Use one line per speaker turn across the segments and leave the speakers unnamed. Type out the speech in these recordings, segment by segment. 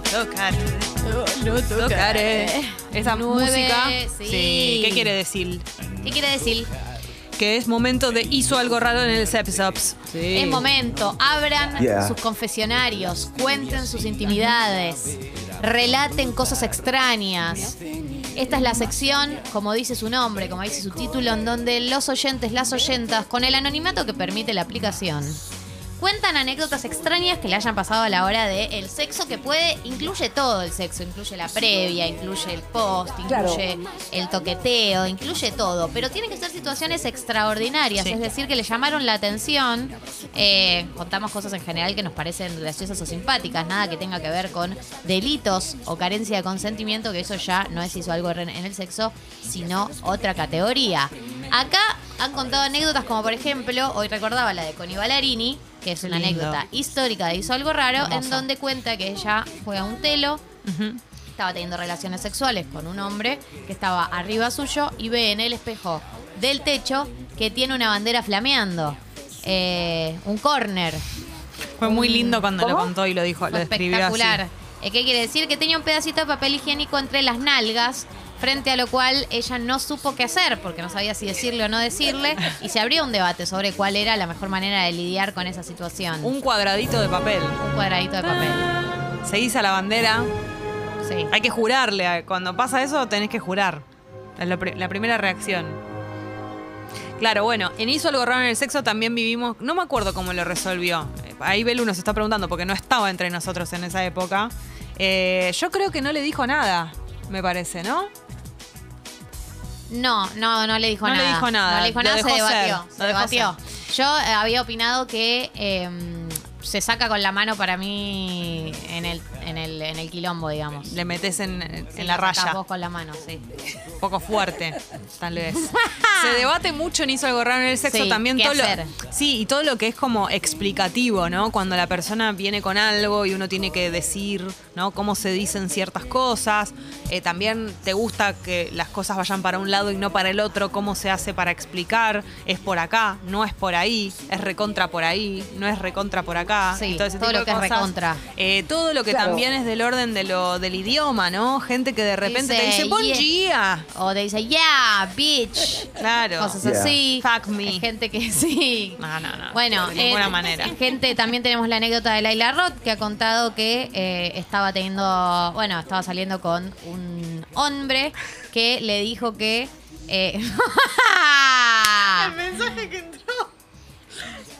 tocar.
No tocaré.
¿eh? Esa
Nueve,
música.
sí.
¿Qué quiere decir?
¿Qué quiere decir?
Que es momento de hizo algo raro en el Sepsops. Sí.
Es momento, abran
Yeah.
sus confesionarios, cuenten sus intimidades, relaten cosas extrañas. Esta es la sección, como dice su nombre, como dice su título, en donde los oyentes, las oyentas, con el anonimato que permite la aplicación, cuentan anécdotas extrañas que le hayan pasado a la hora del sexo, que puede, incluye todo el sexo, incluye la previa, incluye el post,
Claro.
incluye el toqueteo, incluye todo, pero tienen que ser situaciones extraordinarias,
Sí.
es decir, que le llamaron la atención. Eh, contamos cosas en general que nos parecen graciosas o simpáticas, nada que tenga que ver con delitos o carencia de consentimiento, que eso ya no es hizo algo en en el sexo, sino otra categoría. Acá han contado anécdotas como, por ejemplo, hoy recordaba la de Connie Ballarini, que es una
Lindo.
anécdota histórica de Hizo Algo Raro, en
Hermosa.
donde cuenta que ella fue a un telo,
Ujú.
estaba teniendo relaciones sexuales con un hombre que estaba arriba suyo y ve en el espejo del techo que tiene una bandera flameando. Eh, un corner.
Fue muy lindo cuando lo
¿Cómo?
contó y lo dijo, lo
Fue
describió así.
espectacular. Eh, ¿Qué quiere decir? Que tenía un pedacito de papel higiénico entre las nalgas, frente a lo cual ella no supo qué hacer, porque no sabía si decirle o no decirle, y se abrió un debate sobre cuál era la mejor manera de lidiar con esa situación. Un
Un cuadradito de papel.
cuadradito de papel.
Se hizo la bandera.
Sí.
Hay que jurarle. a- Cuando pasa eso, tenés que jurar. Es la, pri- la primera reacción. Claro, bueno, en Hizo algo raro en el sexo también vivimos. No me acuerdo cómo lo resolvió. Eh, Ahí Belu nos está preguntando porque no estaba entre nosotros en esa época. Eh, yo creo que no le dijo nada, me parece, ¿no?
No, no, no le dijo
No le
nada.
dijo nada.
No le dijo
Lo
nada, se
dejó
debatió.
ser,
Se
lo dejó
debatió. Yo eh, había opinado que eh, se saca con la mano para mí en el, en el, en el quilombo, digamos.
Le metes en, en
Sí,
la
lo sacás
raya.
vos con la mano, sí.
Un poco fuerte, tal vez. Se debate mucho en hizo algo raro en el sexo
Sí,
también
¿qué
todo lo-
hacer?
Sí, y todo lo que es como explicativo, ¿no? Cuando la persona viene con algo y uno tiene que decir, ¿no? Cómo se dicen ciertas cosas. Eh, también te gusta que las cosas vayan para un lado y no para el otro, cómo se hace para explicar, es por acá, no es por ahí, es recontra por ahí, no es recontra por acá.
Sí,
y ese
todo
tipo
lo
de
que es
cosas.
recontra.
Eh, todo lo que
Claro.
también es del orden de lo, del idioma, ¿no? Gente que de repente te
Dice,
dice, buen
"Yeah".
día.
O te dice, yeah, bitch.
Claro.
Cosas
Yeah.
así.
Fuck me.
Hay gente que sí.
No, no, no.
Bueno,
de ninguna
eh,
manera.
Gente, también tenemos la anécdota de Laila Roth, que ha contado que eh, estaba teniendo, bueno, estaba saliendo con un hombre que le dijo que. eh,
mensaje que entró.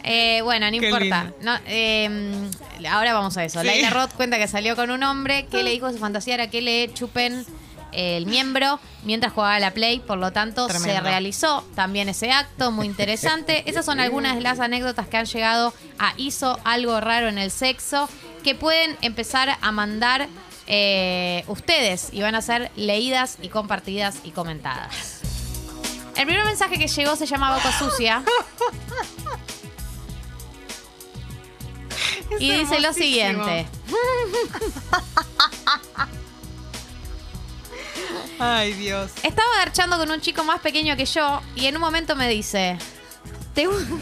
Eh, bueno, no
Qué
importa.
lindo.
No, eh, ahora vamos a eso.
Sí.
Laila Roth cuenta que salió con un hombre que le dijo que su fantasía era que le chupen el miembro mientras jugaba a la Play, por lo tanto se
Tremendo.
realizó también ese acto, muy interesante. Esas son algunas de las anécdotas que han llegado a Hizo algo raro en el sexo, que pueden empezar a mandar eh, ustedes y van a ser leídas y compartidas y comentadas. El primer mensaje que llegó se llama Boca Sucia. y dice lo siguiente.
Ay, Dios.
Estaba garchando con un chico más pequeño que yo y en un momento me dice, "¿Te gu-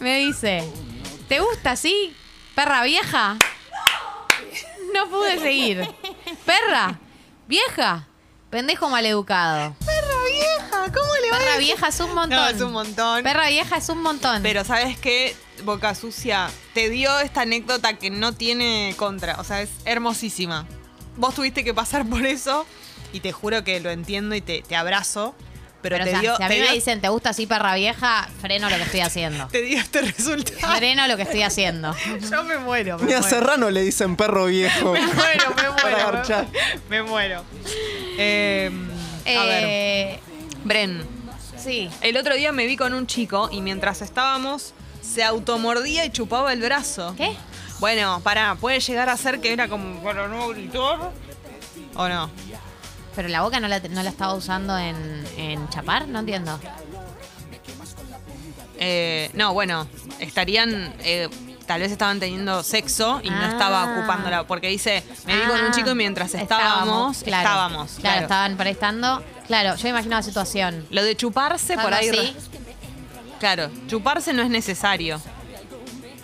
Me dice, "¿Te gusta así, perra vieja?" No pude seguir. "Perra vieja, pendejo maleducado."
Perra vieja, ¿cómo le
Perra vieja es un montón.
No, es un montón.
Perra vieja es un montón.
Pero sabes qué, Boca Sucia, te dio esta anécdota que no tiene contra. O sea, es hermosísima. Vos tuviste que pasar por eso y te juro que lo entiendo y te, te abrazo. Pero,
Pero,
te,
o sea,
dio,
si a
te,
mí me
dio-
dicen, ¿te gusta así, perra vieja? Freno lo que estoy haciendo.
te dio este resultado.
Freno lo que estoy haciendo.
Yo me muero. Me
Ni a
muero.
Serrano le dicen perro viejo.
Me muero, me muero.
Para
me-
garchar.
Me muero. Eh, a ver.
Eh,
Bren,
Sí.
el otro día me vi con un chico y mientras estábamos se automordía y chupaba el brazo.
¿Qué?
Bueno, pará, puede llegar a ser que era como para no gritar. ¿O no?
Pero la boca no la, no la estaba usando en, en chapar, no entiendo.
Eh, no, bueno, estarían. eh, tal vez estaban teniendo sexo y no
Ah.
estaba ocupándola. Porque dice, me vi con un
Ah,
chico y mientras estábamos. Estábamos.
claro, Claro,
claro.
estaban prestando. Claro, yo me imagino la situación.
Lo de chuparse por
Algo
ahí.
así.
Claro, chuparse no es necesario.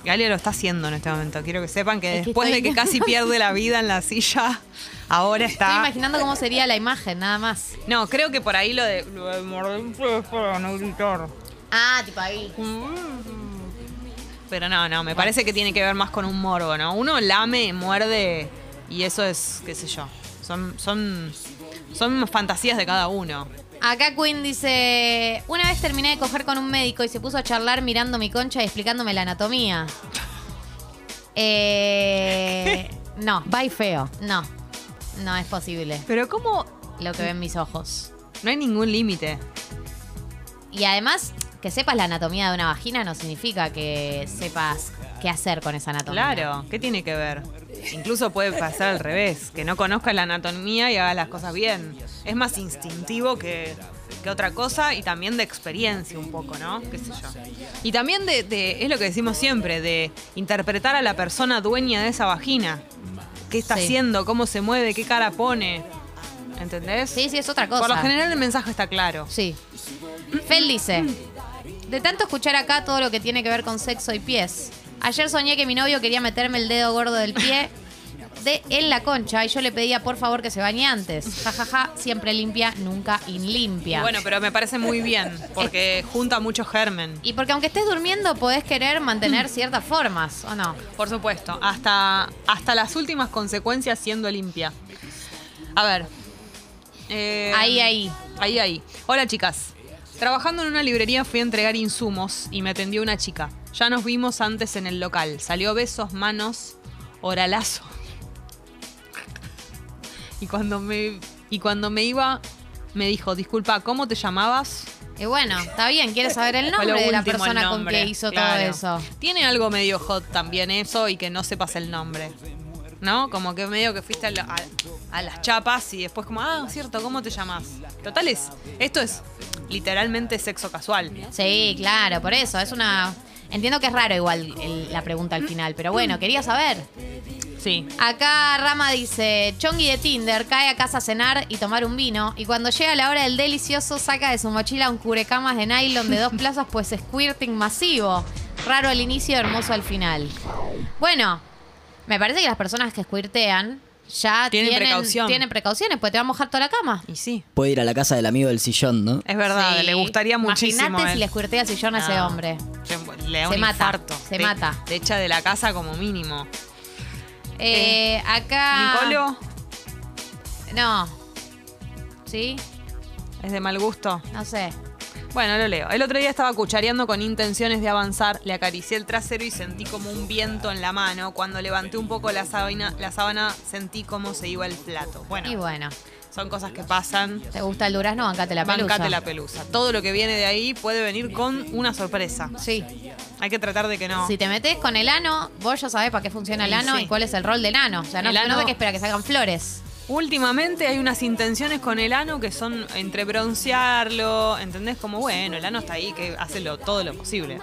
Galia lo está haciendo en este momento. Quiero que sepan que
Es que
después
estoy-
de que casi pierde la vida en la silla, ahora
Estoy
está.
imaginando cómo sería la imagen, nada más.
No, creo que por ahí lo de, lo de morder un fuego es para no gritar.
Ah, tipo ahí.
Pero no, no, me parece que tiene que ver más con un morbo, ¿no? Uno lame, muerde y eso es, qué sé yo. Son, son, son fantasías de cada uno.
Acá Quinn dice, una vez terminé de coger con un médico y se puso a charlar mirando mi concha y explicándome la anatomía. Eh, no, va y feo. No, no es posible
Pero ¿cómo?
lo que ven mis ojos.
No hay ningún límite.
Y además, que sepas la anatomía de una vagina no significa que sepas qué hacer con esa anatomía.
Claro, ¿qué tiene que ver? Incluso puede pasar al revés, que no conozcas la anatomía y hagas las cosas bien. Es más instintivo que, que otra cosa y también de experiencia un poco, ¿no? ¿Qué sé yo? Y también de, de- es lo que decimos siempre, de interpretar a la persona dueña de esa vagina. ¿Qué está
Sí.
haciendo? ¿Cómo se mueve? ¿Qué cara pone? ¿Entendés?
Sí, sí, es otra cosa.
Por lo general el mensaje está claro.
Sí. Fel dice, de tanto escuchar acá todo lo que tiene que ver con sexo y pies. Ayer soñé que mi novio quería meterme el dedo gordo del pie de, en la concha y yo le pedía por favor que se bañe antes. Ja, ja, ja, siempre limpia, nunca
Y
inlimpia.
Bueno, pero me parece muy bien, porque junta mucho germen.
y porque aunque estés durmiendo podés querer
Mm.
mantener ciertas formas, ¿o no?
Por supuesto, hasta, hasta las últimas consecuencias siendo limpia. A ver. eh,
Ahí, ahí.
Ahí, ahí. Hola, chicas. Trabajando en una librería fui a entregar insumos y me atendió una chica. Ya nos vimos antes en el local. Salió besos, manos, oralazo. Y cuando me, y cuando me iba, me dijo, disculpa, ¿cómo te llamabas?
Y bueno, está bien, quieres saber el
Fue lo
nombre de la
último, el
persona con
nombre,
que hizo
claro.
todo eso.
Tiene algo medio hot también eso y que no sepas el nombre. ¿No? Como que medio que fuiste a, la- a- a las chapas y después como, ah, cierto, ¿cómo te llamas? Total es, esto es literalmente sexo casual.
Sí, claro, por eso, es una... Entiendo que es raro igual el- la pregunta al final, pero bueno, quería saber.
Sí.
Acá Rama dice, Chongi de Tinder cae a casa a cenar y tomar un vino y cuando llega la hora del delicioso saca de su mochila un cubrecamas de nylon de dos plazas pues squirting masivo. Raro al inicio, hermoso al final. Bueno, me parece que las personas que squirtean ya
Tienen
tienen,
precaución.
tienen precauciones, pues te va a mojar toda la cama.
Y sí.
Puede ir a la casa del amigo del sillón, ¿no?
Eh.
Es verdad,
Sí.
le gustaría muchísimo.
Imagínate si
eh.
le squirtea el sillón a ese
No.
hombre.
Se- le da
Se
un
mata,
infarto.
se
Te-
mata.
Te echa de la casa como mínimo.
Eh, acá...
Nicolo,
No. ¿Sí?
es de mal gusto.
No sé.
Bueno, lo leo. El otro día estaba cuchareando con intenciones de avanzar, le acaricié el trasero y sentí como un viento en la mano. Cuando levanté un poco la sábana, la sábana sentí cómo se iba el plato. Bueno,
Y bueno,
son cosas que pasan.
¿te gusta el durazno? Bancate la pelusa.
Bancate la pelusa. Todo lo que viene de ahí puede venir con una sorpresa.
Sí.
Hay que tratar de que no.
Si te metes con el ano, vos ya sabés para qué funciona el
Y
ano
Ah. sí.
y cuál es el rol del ano. O sea, no,
El ano-
no sé qué espera que salgan flores.
Últimamente hay unas intenciones con el ano que son entre broncearlo, ¿entendés? Como bueno, el ano está ahí, que hace lo- todo lo posible.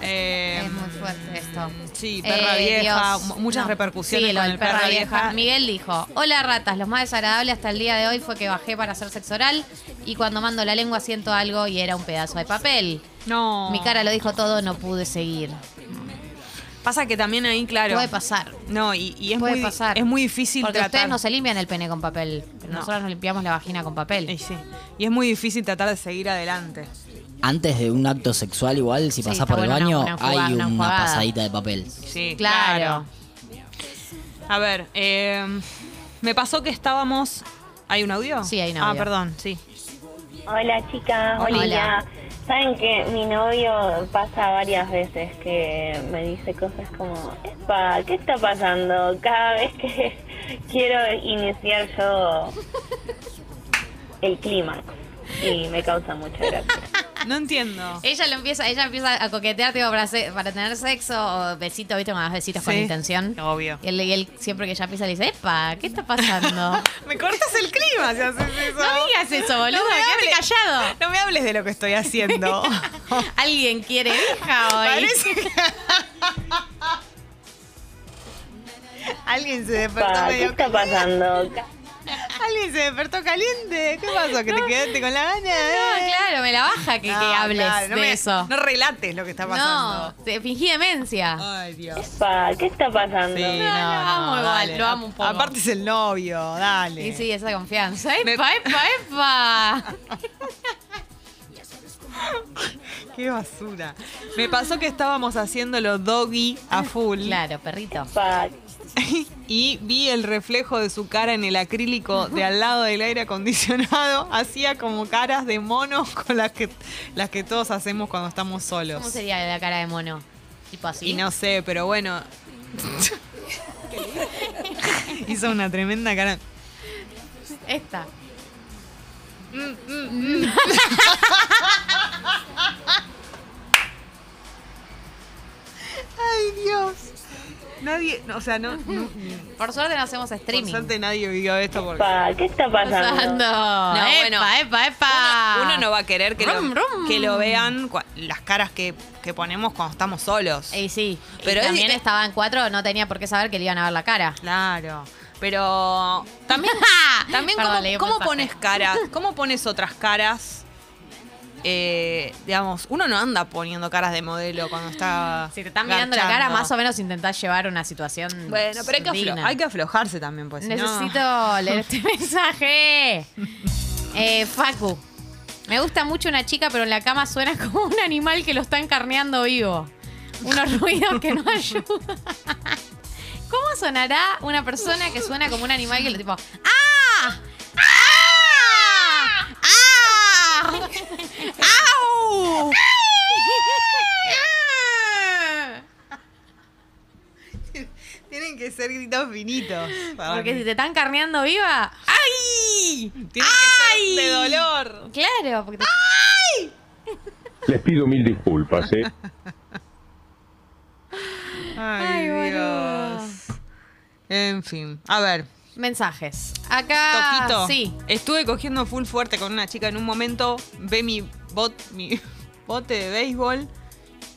Eh,
es muy fuerte esto.
Sí, perra
Eh,
vieja,
Dios.
mu- muchas
No.
repercusiones
Sí, lo
con
del
el perra, vieja.
Miguel dijo, hola ratas, lo más desagradable hasta el día de hoy fue que bajé para hacer sexo oral y cuando mando la lengua siento algo y era un pedazo de papel.
No.
Mi cara lo dijo todo, no pude seguir.
Pasa que también ahí, claro.
Puede pasar.
No, y, y es,
puede
muy,
pasar.
es muy difícil
Porque
tratar.
ustedes no se limpian el pene con papel. pero
No.
Nosotros nos limpiamos la vagina con papel.
Y sí, y es muy difícil tratar de seguir adelante.
Antes de un acto sexual, igual,
Sí,
si pasás
está
por el
bueno una-
baño,
una enjugada, una
hay una,
enjugada.
pasadita de papel.
Sí,
Claro.
A ver, eh, me pasó que estábamos. ¿Hay un audio?
Sí, hay un
Ah,
audio.
perdón, sí.
Hola chicas,
Hola.
Olivia. Saben que mi novio pasa varias veces que me dice cosas como, Epa, ¿qué está pasando? Cada vez que quiero iniciar yo el clímax y me causa mucha gracia.
No entiendo.
Ella lo empieza, ella empieza a coquetear tipo, para, se- para tener sexo o besito, viste, cuando das besitos con
Sí,
intención.
obvio.
Y él, y él siempre que ella empieza le dice, epa, ¿qué está pasando?
Me cortas el clima si haces eso.
no digas eso, boludo,
me
quédate
hables.
callado.
No me hables de lo que estoy haciendo.
Alguien quiere hija hoy.
Parece que... Alguien se despertó
Epa, ¿qué
medio
está pasando? Ca-
Dani se despertó caliente. ¿Qué pasó? ¿Que te quedaste con la gana? Eh. Ah,
No, claro, me la baja que, que hables
claro, no
de
me-
eso.
No relates lo que está pasando.
No, Ah. te fingí demencia.
Ay, Dios.
Pa, ¿qué está pasando?
Sí, no,
lo amo
no,
igual, lo amo un poco.
Aparte es el novio, dale.
Y sí, esa confianza.
Me-
¡Epa, epa, epa!
Qué basura. Me pasó que estábamos haciendo los doggy a full.
Claro, perrito.
Pa,
Y vi el reflejo de su cara en el acrílico de al lado del aire acondicionado. Hacía como caras de monos con las que, las que todos hacemos cuando estamos solos.
¿Cómo sería la cara de mono? Tipo así.
Y no sé, pero bueno. Hizo una tremenda cara.
Esta.
Ay, Dios. Nadie, no, o sea, no, no-
Por suerte no hacemos streaming.
por suerte nadie vio esto porque
pa, ¿qué está
Pasando.
pasando?
No,
epa,
bueno.
epa, epa.
uno, uno no va a querer que,
Rum,
lo,
rum.
que lo vean cua- las caras que, que ponemos cuando estamos solos.
Y sí. Pero
Pero es-
también estaba en cuatro, no tenía por qué saber que le iban a ver la cara.
Claro. Pero también, también
Perdón,
cómo-
leí un
cómo,
mensaje.
pones caras, cómo pones otras caras. Eh, digamos, uno no anda poniendo caras de modelo cuando está.
Si te están mirando la cara,
garchando.
más o menos intentás llevar una situación.
Bueno, pero hay que, aflo-
digna.
hay que aflojarse también, pues. si no-
Necesito leer este mensaje. Eh, Facu. Me gusta mucho una chica, pero en la cama suena como un animal que lo están carneando vivo. Unos ruidos que no ayudan. ¿Cómo sonará una persona que suena como un animal que lo tipo. ¡Ah! ¡Ah! ¡Ah! ¡Au!
Tienen que ser gritos finitos. para
Porque
mí.
si te están carneando viva. ¡Ay!
Tienen
¡Ay!
que ser de dolor.
Claro, porque te-
Les pido mil disculpas, ¿eh?
Ay,
Ay, boludo.
Dios. En fin, a ver.
mensajes. Acá
Toquito.
Ah, sí.
Estuve cogiendo full fuerte con una chica en un momento. Ve mi, bot, mi bote de béisbol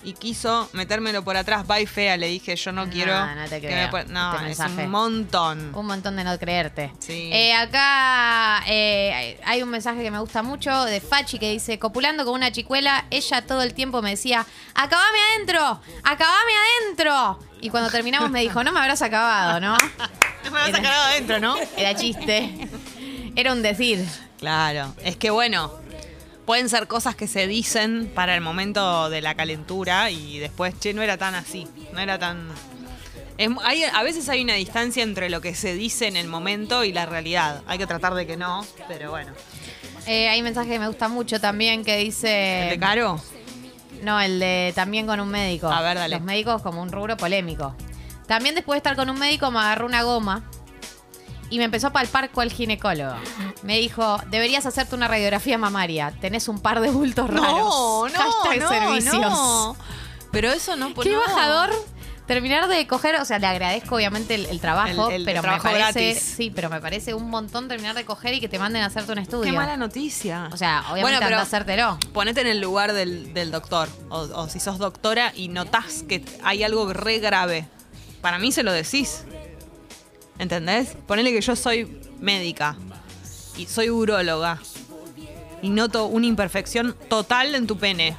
y quiso metérmelo por atrás. Bye, fea. Le dije, yo no
No,
quiero.
no te
que
creo,
me pon- No,
este
es
mensaje. Oh,
un montón.
Un montón de no creerte.
Sí.
Eh, acá eh, hay- hay un mensaje que me gusta mucho de Fachi que dice, copulando con una chicuela, ella todo el tiempo me decía, acabame adentro, acabame adentro. Y cuando terminamos me dijo, no me habrás acabado, ¿no?
No me vas a sacar nada adentro, ¿no?
Era chiste. Era un decir.
Claro, es que bueno, pueden ser cosas que se dicen para el momento de la calentura y después, che, no era tan así, no era tan... Es mu- hay- a veces hay una distancia entre lo que se dice en el momento y la realidad. Hay que tratar de que no, pero bueno.
Eh, hay un mensaje que me gusta mucho también que dice...
¿El de Caro?
No, el de también con un médico.
A ver, dale.
Los médicos como un rubro polémico. También después de estar con un médico me agarró una goma y me empezó a palpar cual ginecólogo. Me dijo, deberías hacerte una radiografía mamaria. Tenés un par de bultos raros. Hashtag servicios.
Pero eso no... pues
Qué
no.
bajador terminar de coger, o sea, le agradezco obviamente el, el trabajo,
El- el
pero
trabajo
me parece,
gratis.
sí, pero me parece un montón terminar de coger y que te manden a hacerte un
Qué
estudio.
mala noticia.
O sea, obviamente
Bueno,
anda
pero-
a hacértelo.
Ponete en el lugar del, del doctor. O, o si sos doctora y notás que hay algo re grave. Para mí se lo decís. ¿Entendés? Ponele que yo soy médica y soy uróloga. Y noto una imperfección total en tu pene.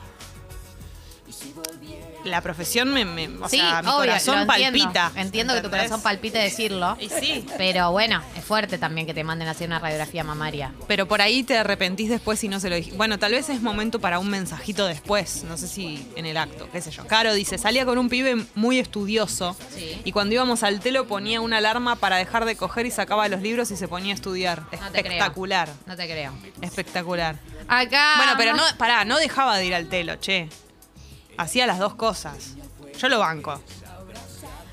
La profesión me. me- o
sí,
sea, mi
obvio,
corazón
lo entiendo.
palpita.
Entiendo que tu
¿entendés?
corazón palpita decirlo.
Y sí.
Pero bueno, es fuerte también que te manden a hacer una radiografía mamaria.
Pero por ahí te arrepentís después si no se lo dijiste. Bueno, tal vez es momento para un mensajito después, no sé si en el acto, qué sé yo. Caro dice, salía con un pibe muy estudioso
Sí.
y cuando íbamos al telo ponía una alarma para dejar de coger y sacaba los libros y se ponía a estudiar.
No te creo.
Espectacular,
No te creo.
espectacular.
Acá.
Bueno, pero no, pará, no dejaba de ir al telo, che. Hacía las dos cosas. Yo lo banco.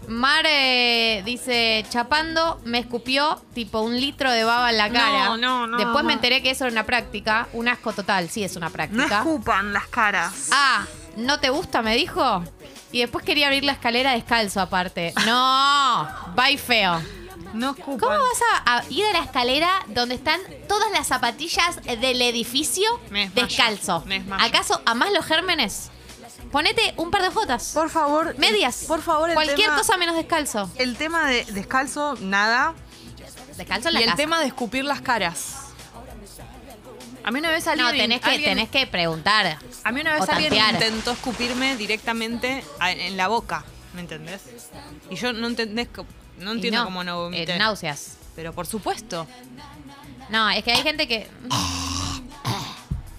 Mar eh, dice: Chapando me escupió tipo un litro de baba en la cara.
No, no, no,
Después me
no.
enteré que eso era una práctica. Un asco total. Sí, es una práctica.
escupan las caras.
ah, ¿no te gusta? Me dijo. Y después quería abrir la escalera descalzo, aparte. No, bye feo.
No escupan.
¿Cómo vas a, a ir a la escalera donde están todas las zapatillas del edificio
Me desmayo,
descalzo?
me desmayo.
¿Acaso amás los gérmenes? Ponete un par de jotas.
Por favor.
medias.
Por favor, el
Cualquier
tema-
cosa menos descalzo.
El tema de descalzo, nada.
Descalzo en la
Y el
casa.
tema de escupir las caras. A mí una vez alguien.
no, tenés que,
alguien-
tenés que preguntar.
A mí una vez
o
alguien
tantear.
intentó escupirme directamente a- en la boca. ¿Me entendés? Y yo no entendés. co- No
Y
entiendo cómo no
eh,
vomité.
náuseas.
Pero por supuesto.
No, es que hay gente que.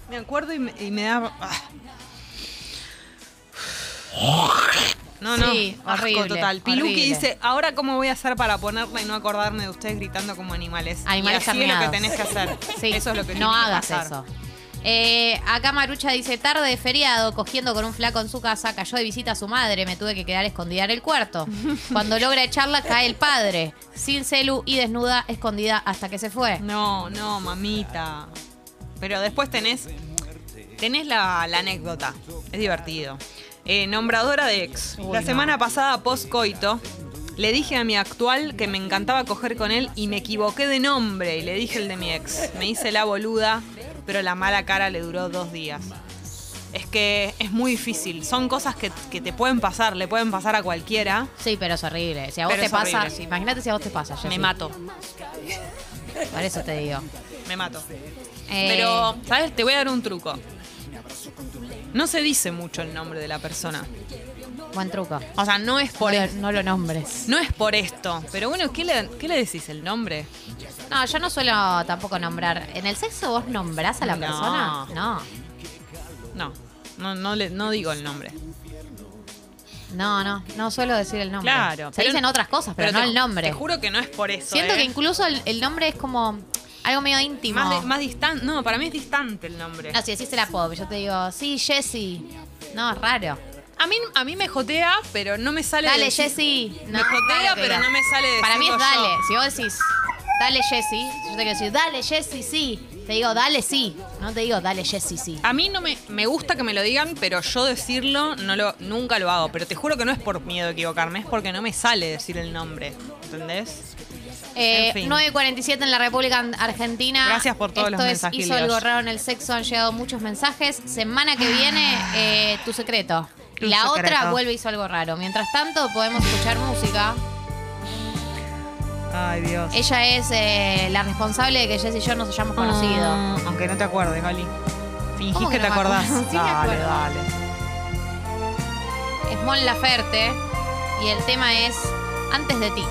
Me acuerdo y me, y me da. ah. No, no.
Sí,
asco
horrible,
total. Piluki
horrible.
dice, ahora cómo voy a hacer para ponerla y no acordarme de ustedes gritando como animales.
Animales
y así es lo que
carneados.
tenés que hacer.
Sí,
Eso es lo que
No
tiene que
hagas
pasar.
eso. Eh, acá Marucha dice, tarde de feriado, cogiendo con un flaco en su casa, cayó de visita a su madre, me tuve que quedar escondida en el cuarto. Cuando logra echarla, cae el padre, sin celu y desnuda, escondida hasta que se fue.
No, no, mamita. Pero después tenés, tenés la, la anécdota. Es divertido. Eh, nombradora de ex. la semana pasada, post coito, le dije a mi actual que me encantaba coger con él y me equivoqué de nombre y le dije el de mi ex. Me hice la boluda, pero la mala cara le duró dos días. Es que es muy difícil. Son cosas que, que te pueden pasar, le pueden pasar a cualquiera.
Sí, pero es horrible. Si a vos
Pero
te
es
pasa,
horrible.
imagínate si a vos te pasa.
Me
Jessy.
mato,
Por eso te digo.
me mato.
Eh,
Pero, ¿sabes? Te voy a dar un truco. No se dice mucho el nombre de la persona.
Buen truco.
O sea, no es por,
no,
es-
no lo nombres.
no es por esto. Pero bueno, ¿qué le, qué le decís el nombre?
No, yo no suelo tampoco nombrar. ¿En el sexo vos nombrás a la
No.
persona? No.
No, no, no, le, no digo el nombre.
No, no. No suelo decir el nombre.
Claro.
Se
pero-
dicen otras cosas, pero, no
te-
el nombre.
Te juro que no es por eso.
Siento
¿eh?
que incluso el, el nombre es como algo medio íntimo.
Más, de- más distante. No, para mí es distante el nombre.
No, si decís el apodo, yo te digo, sí, Jessy. No, es raro.
A mí, a mí me jotea, pero no me sale.
Dale,
decir-
Jessy.
Me jotea, pero no me sale
Para mí es
decirlo yo.
dale. Si vos decís, dale, Jessy, yo te quiero decir, dale, Jessy, sí. Te digo, dale, sí. No te digo, dale, Jessy, sí.
A mí no me, me gusta que me lo digan, pero yo decirlo no lo, nunca lo hago. Pero te juro que no es por miedo a equivocarme, es porque no me sale decir el nombre. ¿Entendés?
Eh,
en fin.
9.47 en la República Argentina.
Gracias por todos
Esto
los
es
mensajitos.
Hizo algo raro en el sexo, han llegado muchos mensajes. Semana que viene, eh, tu secreto. Y
Tu
la otra
secreto.
vuelve Hizo algo raro. Mientras tanto, podemos escuchar música.
Ay, Dios.
Ella es eh, la responsable de que Jess y yo nos hayamos conocido.
Ah, Aunque no te acuerdes, Gali. Fingís
¿Cómo
que,
que
te
no me
acordás.
acuerdo? Sí me
dale,
acuerdo.
dale. Mm.
Es Mon Laferte y el tema es Antes de ti.